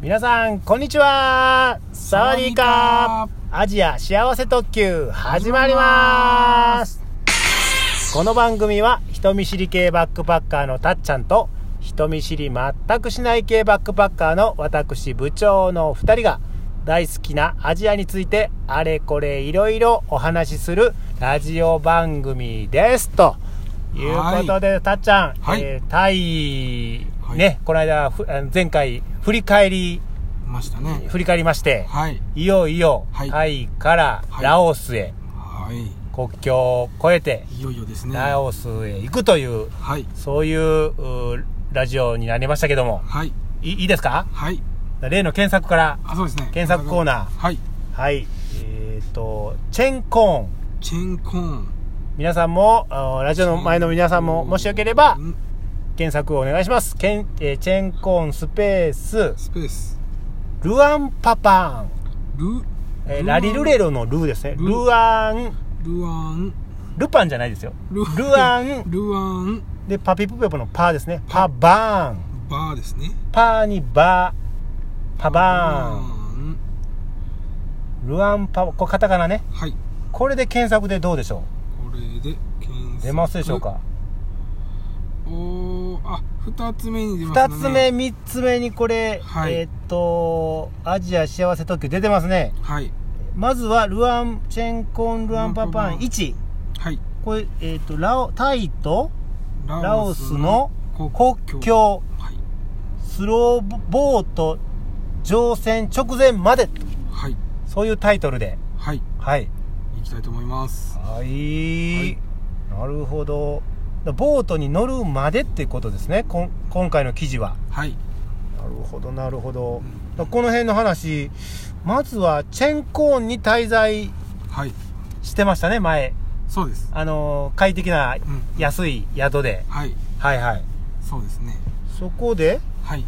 皆さんこんにちはサワディーカーアジア幸せ特急始まりますこの番組は人見知り系バックパッカーのたっちゃんと人見知り全くしない系バックパッカーの私部長の2人が大好きなアジアについてあれこれいろいろお話しするラジオ番組ですということで、たっちゃん、はいえータイ、はいねこの間ふあの前回振り返りましたね。振り返りまして、はい。いよいよ、はいタイからはいラオスへ、はい。国境を越えて、いよいよですね。ラはオスへ行くという、い。そういううーラジオになりましたけども、はい。いいいですかはい。例の検索から、あ、そうですね。検索コーナーはい。はい、えっ、と、チェンコーン。チェンコーン。皆さんも、あーラジオの前の皆さんも、もしよければ、検索をお願いします。けんえーチェンコーンスペース、スペース。ルアンパパーン。ル、えールアンラリルレロのルーですね。ルルアン、ルアン、ルパンじゃないですよ。ルルアンルアン、で、パピプペポのパーですね。パバーン。バーですね。パーにバー。パバーン。ン。ルアンパ、これカタカナね。はい。ここれで検索でどうでしょれで検索。う出ますでしょうかおー、あ、二つ目に出ま二すね。つ目、。三つ目にこれ、はいえーっと、アジア幸せ特急出てますね。はい。まずは、ルアン、チェンコン、ルアンパパン1。はい。これ、えーっと、ラオ、タイとラオスの国国境、はい。スローボート乗船直前まで。はい。そういうタイトルで。はい。はい。行きたいと思います。はい、いなるほどボートに乗るまでっていうことですねこん今回の記事ははい。なるほどなるほど、この辺の話まずはチェンコーンに滞在はい。してましたね前そうです。あのー快適なうん安い宿で、はい。はいはいそうですね。そこではい。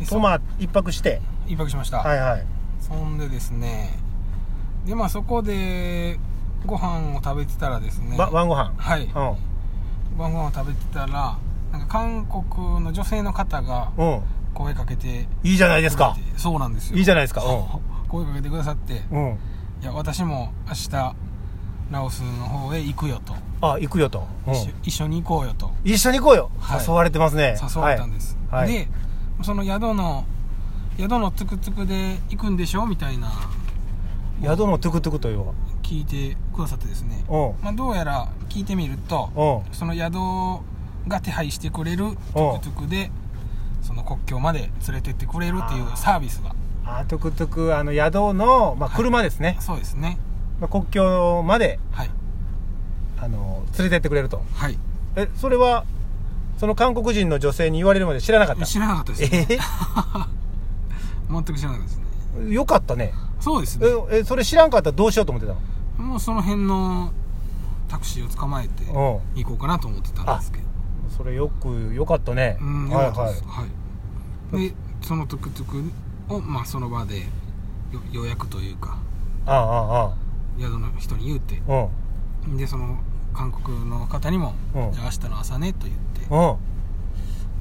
で泊ま一泊してそ一泊しました。はいはいそんでですね。で、まあそこで、ご飯を食べてたらですね。ば晩ご飯はい。うん晩ご飯を食べてたら、なんか韓国の女性の方がうん声かけて、いいじゃないですかそうなんですよ。いいじゃないですか声かけてくださって、うんうんいや、私も明日、ラオスの方へ行くよと。あ行くよと、うん一緒一緒に行こうよと。一緒に行こうよ、はい誘われてますね誘われたんです、はいはいでその宿の宿のトゥクトゥクで行くんでしょみたいな宿のトゥクトゥクというか聞いてくださってですね、うんまあ、どうやら聞いてみるとうんその宿が手配してくれるトゥクトゥクでその国境まで連れてってくれるっていうサービスがあトゥクトゥクあの宿の、まあ、はい車ですね、そうですねまあ、国境まではいあの連れてってくれるとはいえそれはその韓国人の女性に言われるまで知らなかった知らなかったです、ね、え全く知らなかったですねー、よかったねそうですねええそれ知らんかったらどうしようと思ってたのもうその辺のタクシーを捕まえて行うこうかなと思ってたんですけどんそれよくよかったね、うん、はいよかったはですいはい、でそのトゥクトゥクを、まあ、その場でよ予約というかああ宿の人に言うてああうんでその韓国の方にも「うんじゃあ明日の朝ね」と言ってうん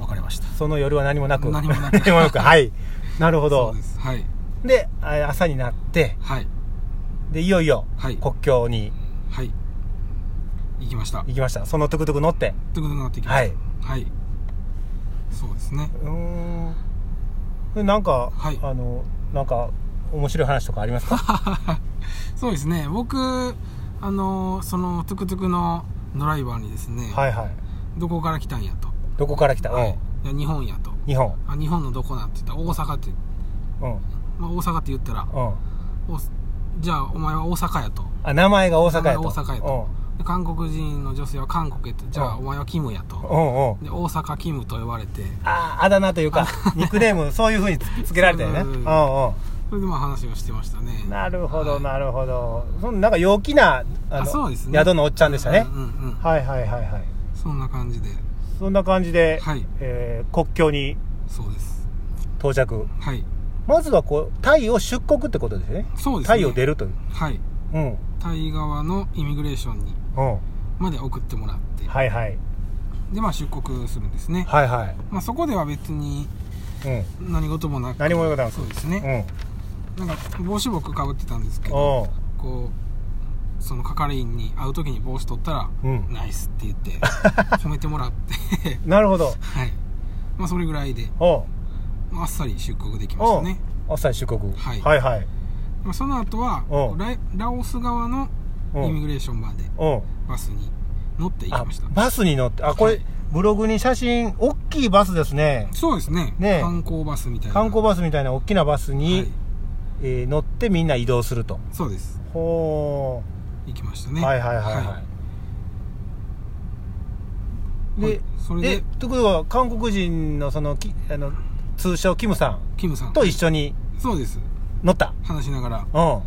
別れましたその夜は何もなく何もなく 何もなくはいなるほそどうですはいであ朝になってはいでいよいよはい国境にはい行きましたト行きましたそのトゥクトゥク乗ってゥクトゥクになってきまはいしたはい、そうですね うーんでなんか、はいあのなんか面白い話とかありますかそうですね僕あのそのトゥクトゥクのドライバーにですね、はいはいどこから来たんやと、どこから来た、はい、いや日本やとうん日本あ日本のどこなんって言ったら大阪って、うんまあ、大阪って言ったらうんおじゃあお前は大阪やとあ名前が大阪やと名前大阪やとで韓国人の女性は韓国やとじゃあうんお前はキムやうとんうんうんで大阪キムと呼ばれてあああだ名というかニックネームそういうふうにつつけられたよねうそうそうんそうそれでまあ話をしてましたねうんなるほど、はいなるほどそのなんか陽気なああそうですね宿のおっちゃんでしたねう、んうんうんはいはいはいはいそんな感じでそんな感じで、はいえー国境にそうです到着はいまずはこうタイを出国ってことですねそうですねタイを出るというはいうんタイ側のイミグレーションにうんまで送ってもらってはいはいでまあ出国するんですねはいはいまあ、そこでは別にうん何事もなく何もよくなくそうですうね、んなんか帽子僕かぶってたんですけどおうこうその係員に会う時に帽子取ったら「うんナイス」って言って 褒めてもらってなるほどはいまあそれぐらいで、おうまあ、あっさり出国できましたね朝出国はいはいはいまあ、その後はおライラオス側のうんイミグレーションまでうんバスに乗って行きあましたバスに乗ってあこれブログに写真大きいバスですねそうですねねえ観光バスみたいな観光バスみたいな大きなバスに、はいえー乗ってみんな移動するとそうですほ行きましたう、ねはいはいはいはい、いで、はいそれえでということは韓国人のそのきあの通称キムさキムさんんと一緒にそうです乗った話しながらうん行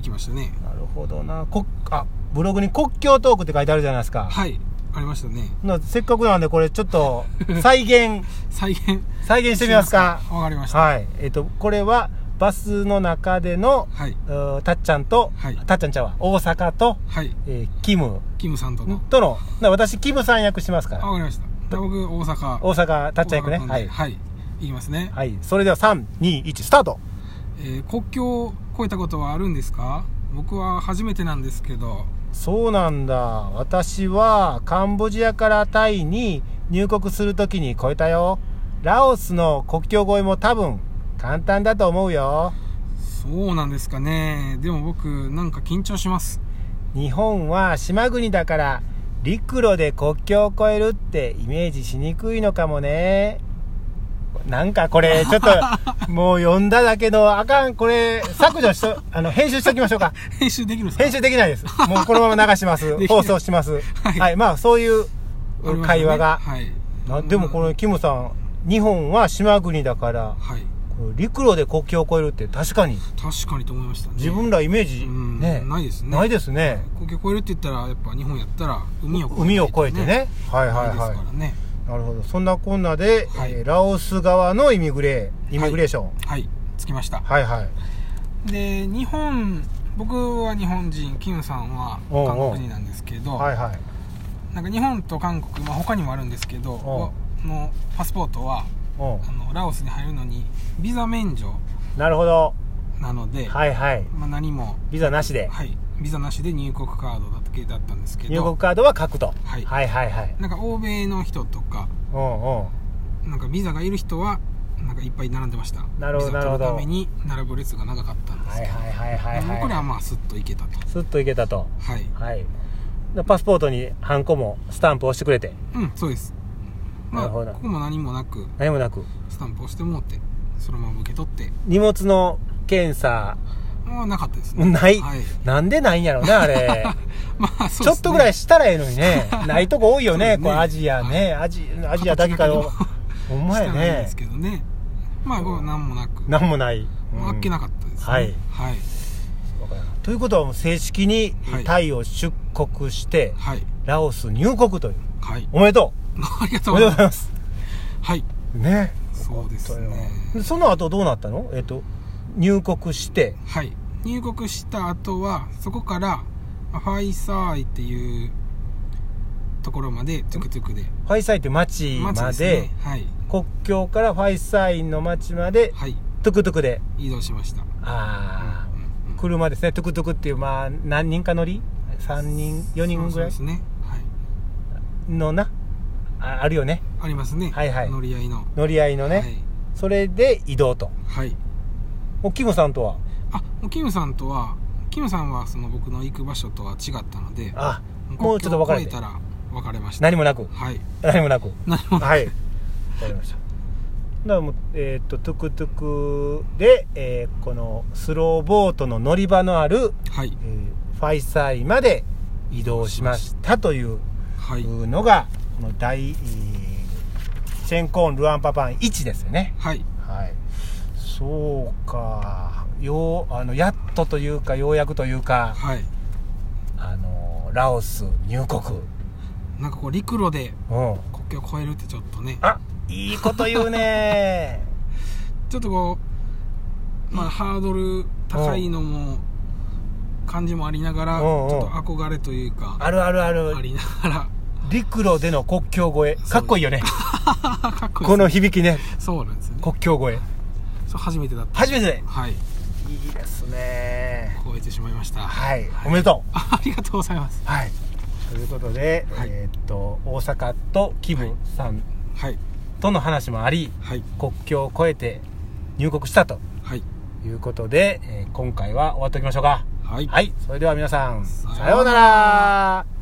きましたねなるほどなこあブログに「国境トーク」って書いてあるじゃないですか、はいありましたねなせっかくなんでこれちょっ と再現再現再現してみますかわかりましたはいえっ、とこれはバスの中でのはい、うーたっちゃんと、はいたっちゃんちゃうわ大阪と、はい、えーキムキムさんとのとのな私キムさん役しますかあらわかりましたじゃあ僕大阪大阪たっちゃん役ね大阪なんではい、はい行きますね、はい、それでは321スタートえー国境を越えたことはあるんですか僕は初めてなんですけどそうなんだ私はカンボジアからタイに入国するときに越えたよラオスの国境越えも多分簡単だと思うよそうなんですかねでも僕なんか緊張します日本は島国だから陸路で国境を越えるってイメージしにくいのかもねなんかこれちょっ ともう読んだだけどあかんこれ削除しとあの編集しときましょうか編集できるんですか編集できない ですもうこのまま流しますできない放送しますは、はいいまあそういうありましたね会話が、はいなでもこのキムさん日本は島国だからはいこの陸路で国境を越えるって確かに確かにと思いましたね自分らイメージ、うんねないですねないですね国境越えるって言ったらやっぱ日本やったら海を海を越えてねはいなはいいですはからねいなるほどそんなこんなで、はいえーラオス側のイミグレーイミグレーション、はい着きましたはい、はいで日本僕は日本人キムさんはおうおう韓国人なんですけどはいはいなんか日本と韓国、まあ、他にもあるんですけどおのパスポートはうあのラオスに入るのにビザ免除んなるほどなので、はいはいまあ、何も、ビザなしではい、ビザなしで入国カードだけだったんですけ入国どカードは書くと、はいはいはいはいなんか欧米の人とかうんうんなんかビザがいる人はなんかいっぱい並んでましたなるほどビザ取なるるほたどめに並ぶ列が長かったんですはけいど、はいはいはいまあはいこれはまあスッといけたとスッといけたとはいはいでパスポートにハンコもスタンプ押してくれてうんそうですまなあるほどここも何もなく何もなくスタンプ押してもうてそのまま受け取って荷物の検査まあなかったですねない、はい、なんでないんやろう なあれまあそうちょっとぐらいいしたらええのに ねないとこ多いよねそうですねこうアジアね、アジアジアだけかよほんまやないん ねですけどねまあこう何もなくなんもない、うんあっけなかったですねはいはいということはもう正式にはいタイを出国して、はいラオス入国というはいおめでと ありがうとおうめでとうございございますますはいねそうですねでその後どうなったのえっ、と入国してはい入国した後はそこからまあファイサーイっていうところまでトゥクトゥクでファイサイという町まで街すねはい国境からファイサインの町まではいトゥクトゥクで移動しましたああ、うんうん車ですねトゥクトゥクっていうまあ何人か乗り3人4人ぐらいそうそうですねはいのなああるよねありますねはいはい乗り合いの乗り合いのね、それで移動とはい、はい、おキムさんとはあもうキムさんとはキムさんはその僕の行く場所とは違ったのであもうちょっと分かれ国て境を越えたら別れました何もなくはい何もなくなるほどはいわかりましただからもうえーっとトゥクトゥクで、えーこのスローボートの乗り場のある、はいえーファイサインまで移動しましたというはいいうのがこの大、えーシェンコーン・ルアンパパン1ですよねはいはいそうかようあのやっとというかようやくというかはいあのラオス入国なんかこう陸路でうん国境を越えるってちょっとねあいいこと言うねちょっとこう、まあ、ハードル高いのも感じもありながらちおうおょうっと憧れというかあるあるああるりながら陸路での国境越えかっこいいよね かっこいいですこの響きねそうなんですよね国境越えそう初めてだった初めてはいいいですね超えてしまいましたはいおめでとうあありがとうございますはいということで、はいえーっと大阪とキムさんはいとの話もあり、はい国境を越えて入国したとはいいうことで、えー今回は終わっておきましょうかはいはい、それでは皆さんさようならさようなら